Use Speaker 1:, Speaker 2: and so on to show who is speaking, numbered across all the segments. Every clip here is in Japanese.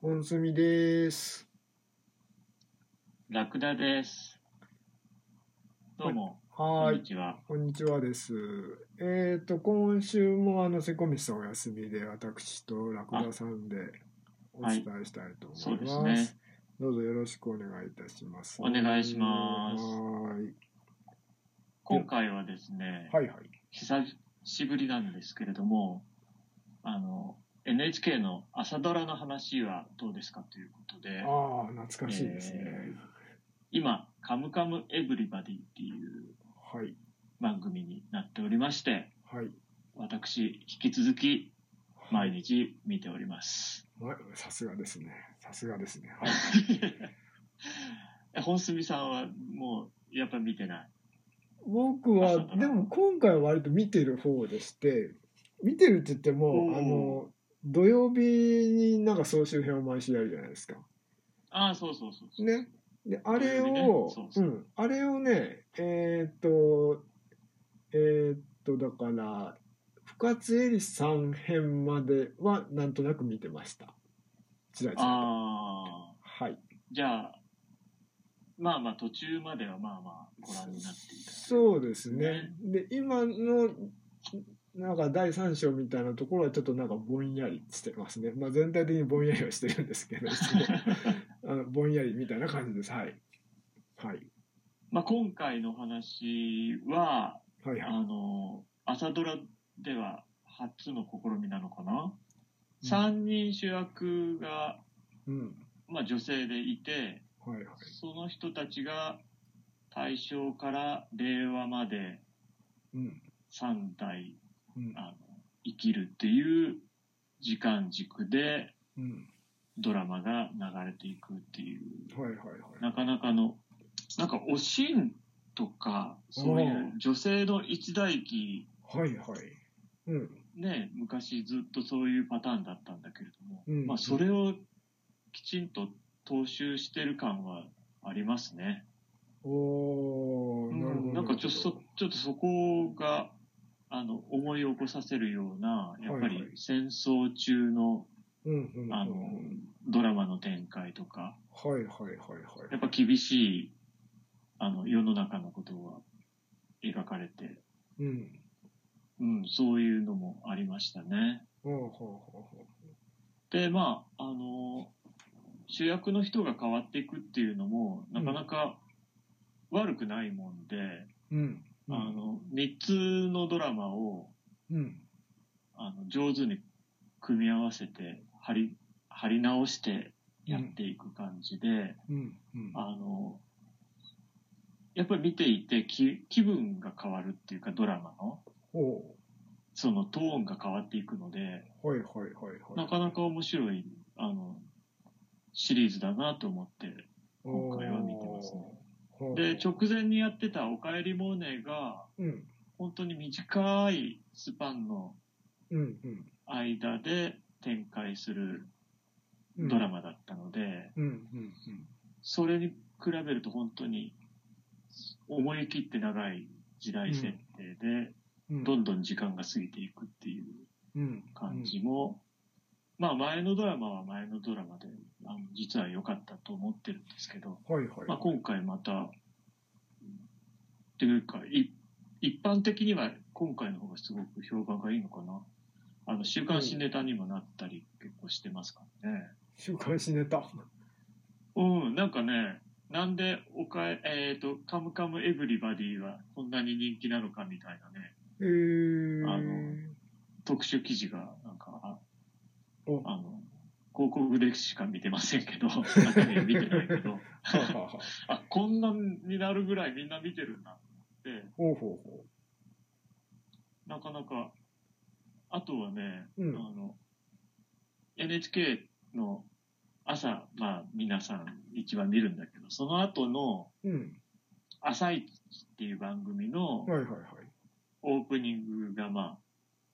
Speaker 1: 本積みです。
Speaker 2: ラクダです。どうも、
Speaker 1: は
Speaker 2: こん
Speaker 1: い
Speaker 2: に、ちは。
Speaker 1: こんにちはです。えっ、と、今週もあの、セコミスさんお休みで、私とラクダさんでお
Speaker 2: はい
Speaker 1: 伝えしたいと思います。
Speaker 2: そうですね。
Speaker 1: どうぞよろしくお願いいたします。
Speaker 2: お願いします
Speaker 1: はい。
Speaker 2: 今回はですね、
Speaker 1: はいはい。
Speaker 2: 久しぶりなんですけれども、あの、NHK の朝ドラの話はどうですかということで、
Speaker 1: ああ、懐かしいですね。
Speaker 2: えー今、カムカムエブリバディっていう
Speaker 1: はい。
Speaker 2: 番組になっておりまして、
Speaker 1: はい。
Speaker 2: 私、引き続き毎日見てお ります。
Speaker 1: まさすがですね。さすがですね。はい。
Speaker 2: え本住さんはもう、やっぱ見てない。
Speaker 1: 僕
Speaker 2: あそう
Speaker 1: は
Speaker 2: だな
Speaker 1: でも今回は割と見てる方でして見てるって言っても、
Speaker 2: うん
Speaker 1: あの土曜日になんか総集編を毎週やるじゃないですか。
Speaker 2: ああ、そうそうそうそう。
Speaker 1: ね。であれを、
Speaker 2: 土曜日ねそうそう
Speaker 1: うん、あれをねえーっとえーっとだから深津絵里さん編まではなんとなく見てました。ちらちらと。
Speaker 2: ああ。
Speaker 1: はい。
Speaker 2: じゃあ、まあまあ途中まではまあまあご覧になっていた。
Speaker 1: そうですね。で、今の、なんか第三章みたいなところはちょっとなんかぼんやりしてますね。まあ全体的にぼんやりはしてるんですけ ど、あのぼんやりみたいな感じです。はい。はい。
Speaker 2: まあ今回の話は、
Speaker 1: はいは
Speaker 2: あの、朝ドラでは初の試みなのかな、三人主役が、
Speaker 1: い。うん。
Speaker 2: まあ、女性でいて、
Speaker 1: はいはい。
Speaker 2: その人たちが大正から令和まで
Speaker 1: うん。
Speaker 2: 3代
Speaker 1: うん。
Speaker 2: あの生きるっていう時間軸で
Speaker 1: うん。
Speaker 2: ドラマが流れていくっていう
Speaker 1: はいはいはい。
Speaker 2: なかなかの、なんかおしんとか、そういう女性の一代記、
Speaker 1: はいはい。うん。
Speaker 2: ね、昔ずっとそういうパターンだったんだけれども、
Speaker 1: うん
Speaker 2: まあそれをきちんと踏襲してる感はありますね。
Speaker 1: おー、
Speaker 2: う
Speaker 1: なるほど。
Speaker 2: ん、なんかちょそちょっとそこが、あの、思い起こさせるような、やっぱ
Speaker 1: はいは
Speaker 2: り戦争中の、
Speaker 1: うんうんうん。
Speaker 2: あの、ドラマの展開とか、
Speaker 1: はいはいはいはい。
Speaker 2: やっぱ厳しい、あの、世の中のことは描かれて、
Speaker 1: うん。
Speaker 2: うん、そういうのもありましたね。
Speaker 1: ほうほうほうほ
Speaker 2: で、まあ、あの、主役の人が変わっていくっていうのも、なかなか悪くないもんで、
Speaker 1: う。うん。う
Speaker 2: あ
Speaker 1: ん。
Speaker 2: の、3つのドラマを、
Speaker 1: うん。
Speaker 2: あの、上手に組み合わせて、貼り、貼り直してやっていく感じで、
Speaker 1: うん。うん。
Speaker 2: あの、やっぱり見ていて気気分が変わるっていうか、ドラマの、
Speaker 1: お
Speaker 2: そのトーンが変わっていくので、
Speaker 1: はいはいはいはい。
Speaker 2: なかなか面白い、あの、シリーズだなと思って、今回は見てますね
Speaker 1: おー。
Speaker 2: で、
Speaker 1: ょ、
Speaker 2: 直前にやってたおかえりモネが、
Speaker 1: うん、
Speaker 2: 本当に短いスパンの
Speaker 1: うん、うん。
Speaker 2: 間で展開する
Speaker 1: うん
Speaker 2: ドラ。マだったので、
Speaker 1: うん、うん、
Speaker 2: それに比べると本当に思い切って長い時代設定で、
Speaker 1: うん。
Speaker 2: どんどん時間が過ぎていくっていう
Speaker 1: うん、
Speaker 2: 感じも、まあ前のドラマは前のドラマで、あの実は良かったと思ってるんですけど、
Speaker 1: うん。はいはい。
Speaker 2: まあ、今回また、というか、い一般的には今回の方がすごく評判がいいのかな。あの、週刊誌ネタにもなったり結構してますからね。
Speaker 1: 週刊誌ネタ。
Speaker 2: うん、なんかね、なんでおかえ、えっ、と、カムカムエブリバディはこんなに人気なのかみたいなね、
Speaker 1: えー。
Speaker 2: あの特集記事が、なんか、あ
Speaker 1: お
Speaker 2: あの、広告でしか見てませんけど、中身は見てないけ ど、
Speaker 1: ははは。
Speaker 2: あ、こんなになるぐらいみんな見てるんだって、
Speaker 1: ほうほうほ
Speaker 2: なかなか、あとはね、
Speaker 1: うん
Speaker 2: あの、NHK の朝、まあ皆さん一番見るんだけど、その後の
Speaker 1: う。うん。
Speaker 2: 朝一っていう番組の
Speaker 1: はいはいはい。
Speaker 2: オープニングがま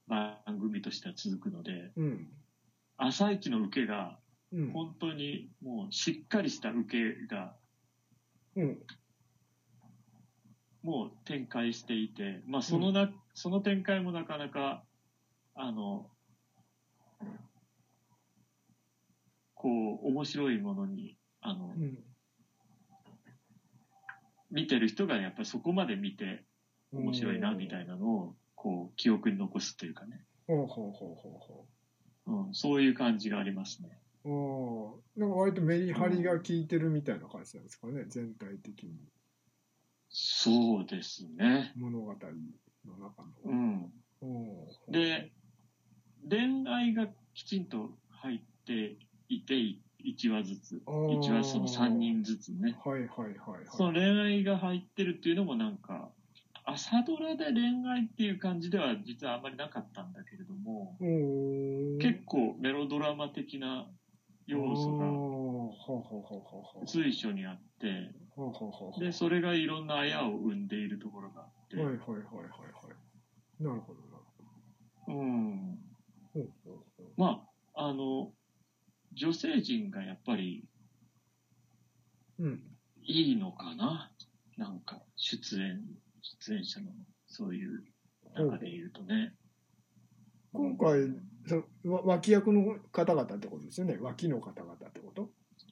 Speaker 2: あ番組としては続くので、
Speaker 1: うん。
Speaker 2: 朝一の受けが
Speaker 1: うん。
Speaker 2: 本当にもうしっかりした受けが
Speaker 1: うん。
Speaker 2: もう展開していて、まあそのな、その展開もなかなか、あの、こう、面白いものに、あの
Speaker 1: う、ん
Speaker 2: 見てる人がやっぱりそこまで見て面白いな、みたいなのを、こう、記憶に残すというかね。
Speaker 1: ほうほうほうほうほ
Speaker 2: うん、そういう感じがありますね。
Speaker 1: うおーなんか割とメリハリが効いてるみたいな感じなんですかね、全体的に
Speaker 2: そうですね。
Speaker 1: 物語の中
Speaker 2: う
Speaker 1: の、
Speaker 2: ん。
Speaker 1: おー
Speaker 2: で、恋愛がきちんと入っていて、1話ずつ。
Speaker 1: あー
Speaker 2: 1話その3人ずつね。
Speaker 1: はいはいはい
Speaker 2: そ
Speaker 1: は
Speaker 2: の恋愛が入ってるっていうのもなんか、朝ドラで恋愛っていう感じでは実はあんまりなかったんだけれども、
Speaker 1: いおー
Speaker 2: 結構メロドラマ的な要素
Speaker 1: あー
Speaker 2: が
Speaker 1: ほうほうほうほうほう
Speaker 2: 随所にあって、
Speaker 1: ほうほうほうほう
Speaker 2: で、それがいろんなあやを生んでいるところがあって、
Speaker 1: はいはいはいはいはいなるほどな
Speaker 2: うん。
Speaker 1: ほうほうほう
Speaker 2: まあ、あの、女性陣がやっぱり
Speaker 1: うん
Speaker 2: いいのかななんか、出演、出演者の、そういう中で言うとね。
Speaker 1: 今回そのわ脇役の方々ってことですよね脇の方々ってこと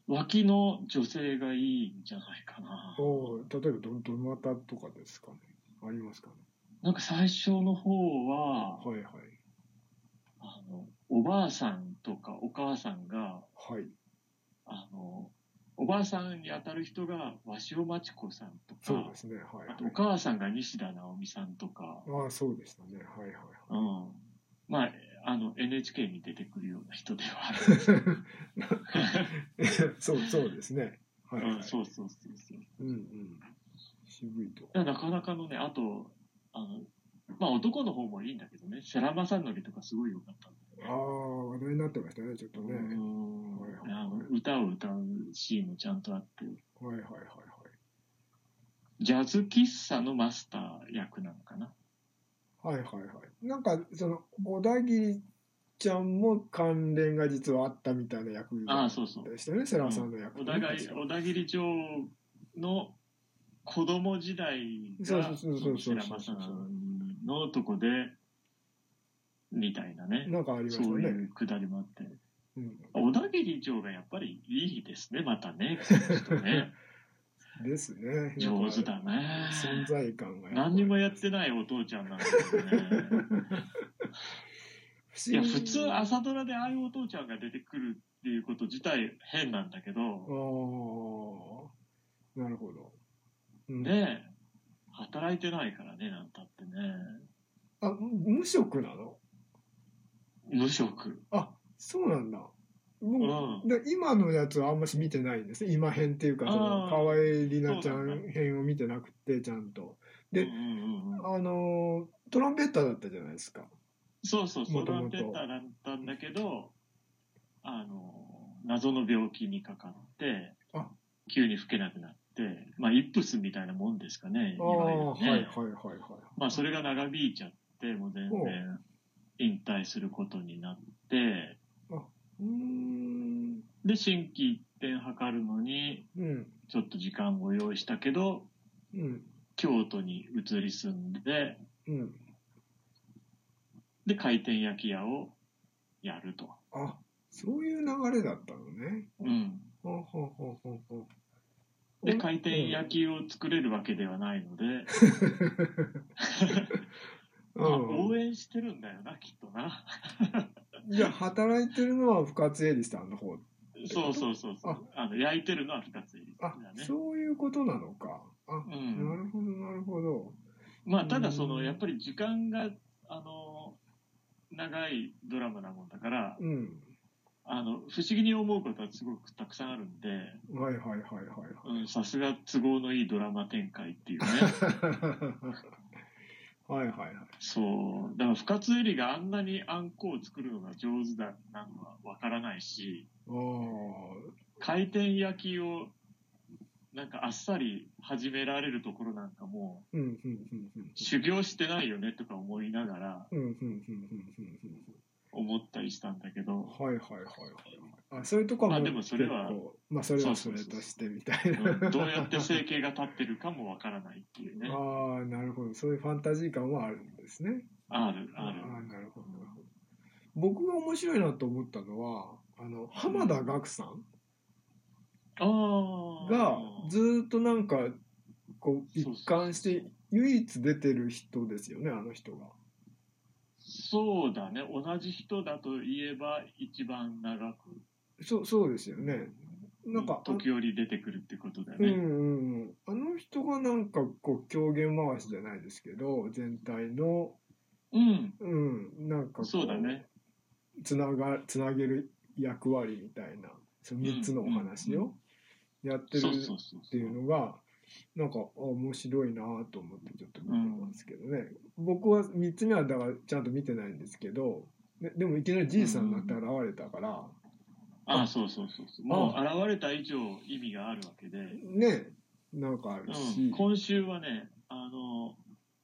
Speaker 2: 脇の女性がいいんじゃないかな。
Speaker 1: おー例えばどどなたとかですかねありますかね
Speaker 2: なんか最初の方は、
Speaker 1: はいはい
Speaker 2: あの、おばあさんとかお母さんが、
Speaker 1: はい
Speaker 2: あの、おばあさんに当たる人が鷲尾真知子さんと
Speaker 1: そう
Speaker 2: か
Speaker 1: で、すねはい
Speaker 2: あとお母さんが西田直美さんとか、
Speaker 1: はいああそうでしたねはいはいは
Speaker 2: うん。まあ、あの、NHK に出てくるような人ではある
Speaker 1: い そうそうですね はい、はい
Speaker 2: うん、そうそうそうそう。
Speaker 1: うんうん渋いと
Speaker 2: いやなかなかのね、あと、あの、まあ男の方もいいんだけどね、世良正則とかすごい良かったんだ
Speaker 1: ああ話題になってましたねちょっと
Speaker 2: よ
Speaker 1: ね
Speaker 2: ね。うん
Speaker 1: はいはい
Speaker 2: あの歌を歌うシーンもちゃんとあって、
Speaker 1: はいはいはいはい
Speaker 2: ジャズ喫茶のマスター役なのかな。
Speaker 1: はいはいはい。なんか、その、小田切ちゃんも関連が実はあったみたいな役で
Speaker 2: ああ、そうそう。
Speaker 1: したよね、世良さんの役、
Speaker 2: 小田が小田切城の子供時代
Speaker 1: そ
Speaker 2: が
Speaker 1: うそうそうそう
Speaker 2: 世良正則のとこで、みたいなね。
Speaker 1: なんかありました
Speaker 2: そうい
Speaker 1: ね。
Speaker 2: うくだりもあって。
Speaker 1: うん
Speaker 2: 小田切城がやっぱりいいですね、またね。この人 ね
Speaker 1: ですね。
Speaker 2: 上手だね。
Speaker 1: 存在感が。
Speaker 2: 何にもやってないお父ちゃんなんだけど ね。い
Speaker 1: い
Speaker 2: や、普通朝ドラでああいうお父ちゃんが出てくるっていうこと自体変なんだけど、
Speaker 1: ああ、なるほど。うん、
Speaker 2: ねえ働いてないからね、なんたってね。
Speaker 1: あ、無職なの
Speaker 2: 無職。
Speaker 1: あ、そうなんだ。
Speaker 2: う
Speaker 1: も
Speaker 2: ん
Speaker 1: う、。で今のやつはあんまし見てないんですね。今編っていうか、そ
Speaker 2: あ
Speaker 1: の、
Speaker 2: ー
Speaker 1: 河合里奈ちゃ
Speaker 2: そうなん
Speaker 1: ん編を見てなくて、ちゃんと。で
Speaker 2: うんうんうんうん
Speaker 1: あのートランペッターだったじゃないですか。
Speaker 2: そうそう、
Speaker 1: も
Speaker 2: ソ
Speaker 1: と
Speaker 2: ラ
Speaker 1: も
Speaker 2: ン
Speaker 1: と
Speaker 2: ペッターだったんだけど、あの、謎の病気にかかって
Speaker 1: あ、
Speaker 2: 急に吹けなくなって、まあ、イップスみたいなもんですかね、い
Speaker 1: あ
Speaker 2: わゆ
Speaker 1: あ、はい
Speaker 2: るね。
Speaker 1: はいはいはい。
Speaker 2: まあ、それが長引いちゃって、もう全
Speaker 1: おう
Speaker 2: 然引退することになって、
Speaker 1: うーん。
Speaker 2: で、心機一転図るのに、
Speaker 1: うん。
Speaker 2: ちょっと時間を用意したけど、
Speaker 1: うん。
Speaker 2: 京都に移り住んで、
Speaker 1: うん。
Speaker 2: で、回転焼き屋をやると。
Speaker 1: あ、そういう流れだったのね。
Speaker 2: うん。
Speaker 1: ほうほうほうほうほう。
Speaker 2: で、回転焼きを作れるわけではないので、
Speaker 1: う
Speaker 2: ま あ、
Speaker 1: ん。う
Speaker 2: 応
Speaker 1: ん
Speaker 2: 援してるんだよな、きっとな。
Speaker 1: じゃあ、働いてるのは深津絵里さんの方。
Speaker 2: そうそうそうそう。あの、焼いてるのは二ついる
Speaker 1: あ
Speaker 2: んだ、ね。
Speaker 1: そういうことなのか。あ、
Speaker 2: う。
Speaker 1: なんるほど、なるほど。
Speaker 2: まあ、ただその、
Speaker 1: うん
Speaker 2: やっぱり時間が、あの、長いドラマなもんだから、
Speaker 1: うん。
Speaker 2: あの、不思議に思うことはすごくたくさんあるんで、
Speaker 1: はいはいはいはい
Speaker 2: うん、さすが都合のいいドラマ展開っていうね。
Speaker 1: はい。はいはいはい。
Speaker 2: そう。だから、深津絵里があんなにあんこを作るのが上手だなのはわからないし、
Speaker 1: ああ、
Speaker 2: 回転焼きを、なんかあっさり始められるところなんかも
Speaker 1: うん、うん、うん、うん
Speaker 2: う、。修行してないよねとか思いながら
Speaker 1: うん、うん、うん、うん、うん、うん。
Speaker 2: 思ったりしたんだ けど、
Speaker 1: はいはいはいはいはい。あそういうとこは
Speaker 2: まあでもそれは
Speaker 1: 結構、まあそれはそれとしてみたいな。
Speaker 2: うんどうやって生計が立ってるかもわからないっていう ね。
Speaker 1: ああ、なるほど。そういうファンタジー感はあるんですね。
Speaker 2: ある、
Speaker 1: あ
Speaker 2: あ
Speaker 1: あ
Speaker 2: る。
Speaker 1: ー、なるほど、なるほど。僕が面白いなと思ったのは、あの浜田岳さん
Speaker 2: ああ。
Speaker 1: がずーっとなんかこう
Speaker 2: そうそう
Speaker 1: 一貫して唯一出てる人ですよねあの人が。
Speaker 2: そうだね。同じ人だと言えば一番長く、
Speaker 1: そうそうですよね。なんかあ
Speaker 2: 時折出てくるってことだよ
Speaker 1: うんう
Speaker 2: ね。
Speaker 1: んうん、あの人がなんかこう狂言回しじゃないですけど全体の、
Speaker 2: うん。
Speaker 1: うん、なんかこ
Speaker 2: そうだね。
Speaker 1: つながつなげる役割みたいなその3つのお話
Speaker 2: うんう
Speaker 1: をやってる
Speaker 2: そう
Speaker 1: っ
Speaker 2: そうそう。
Speaker 1: ていうのがなんかあ面白いなと思ってちょっと見てますけどね、僕は3つ目はだからちゃんと見てないんですけどででもいきなりじいさんになって現れたから、
Speaker 2: ああ、そうそうそうそう。もう現れた以上意味があるわけで、う
Speaker 1: ねなんかあるし、
Speaker 2: ん、今週はね、あの、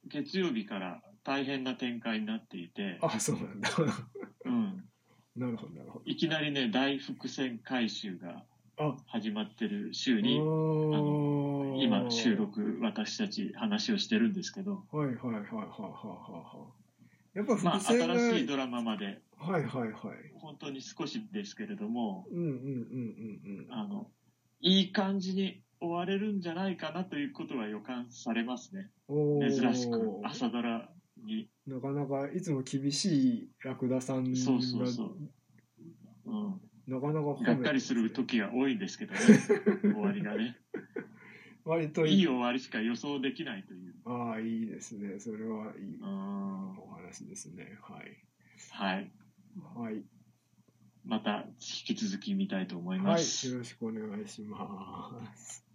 Speaker 2: 月曜日から大変な展開になっていて、
Speaker 1: あそうなんだ
Speaker 2: うん、
Speaker 1: なるほどなるほど。
Speaker 2: いきなりね、大伏線回収が
Speaker 1: あ
Speaker 2: 始まってる週
Speaker 1: あ
Speaker 2: に、
Speaker 1: ー
Speaker 2: 今収録私たち話をしてるんですけど、
Speaker 1: はいはいはいはいはいはいはいやっぱ
Speaker 2: まあ
Speaker 1: 伏線が、
Speaker 2: 新しいドラマまで
Speaker 1: はいはいはい
Speaker 2: 本当に少しですけれども、
Speaker 1: うんうんうんうんうん
Speaker 2: あの、いい感じに終われるんじゃないかなということは予感されますね。
Speaker 1: おー
Speaker 2: 珍しく朝ドラに。
Speaker 1: なかなかいつも厳しいラクダさんが
Speaker 2: そうそうそう。 うん、
Speaker 1: なかなか褒めて
Speaker 2: がっかりする時が多いんです けどね、終わりがね。
Speaker 1: 割と
Speaker 2: い
Speaker 1: い
Speaker 2: い終わりしか予想できないという。
Speaker 1: ああいいですねそれはいい
Speaker 2: うん
Speaker 1: お話ですねはい
Speaker 2: はい。
Speaker 1: はい、
Speaker 2: また引き続き見たいと思いま
Speaker 1: はい、
Speaker 2: す。
Speaker 1: よろしくお願いします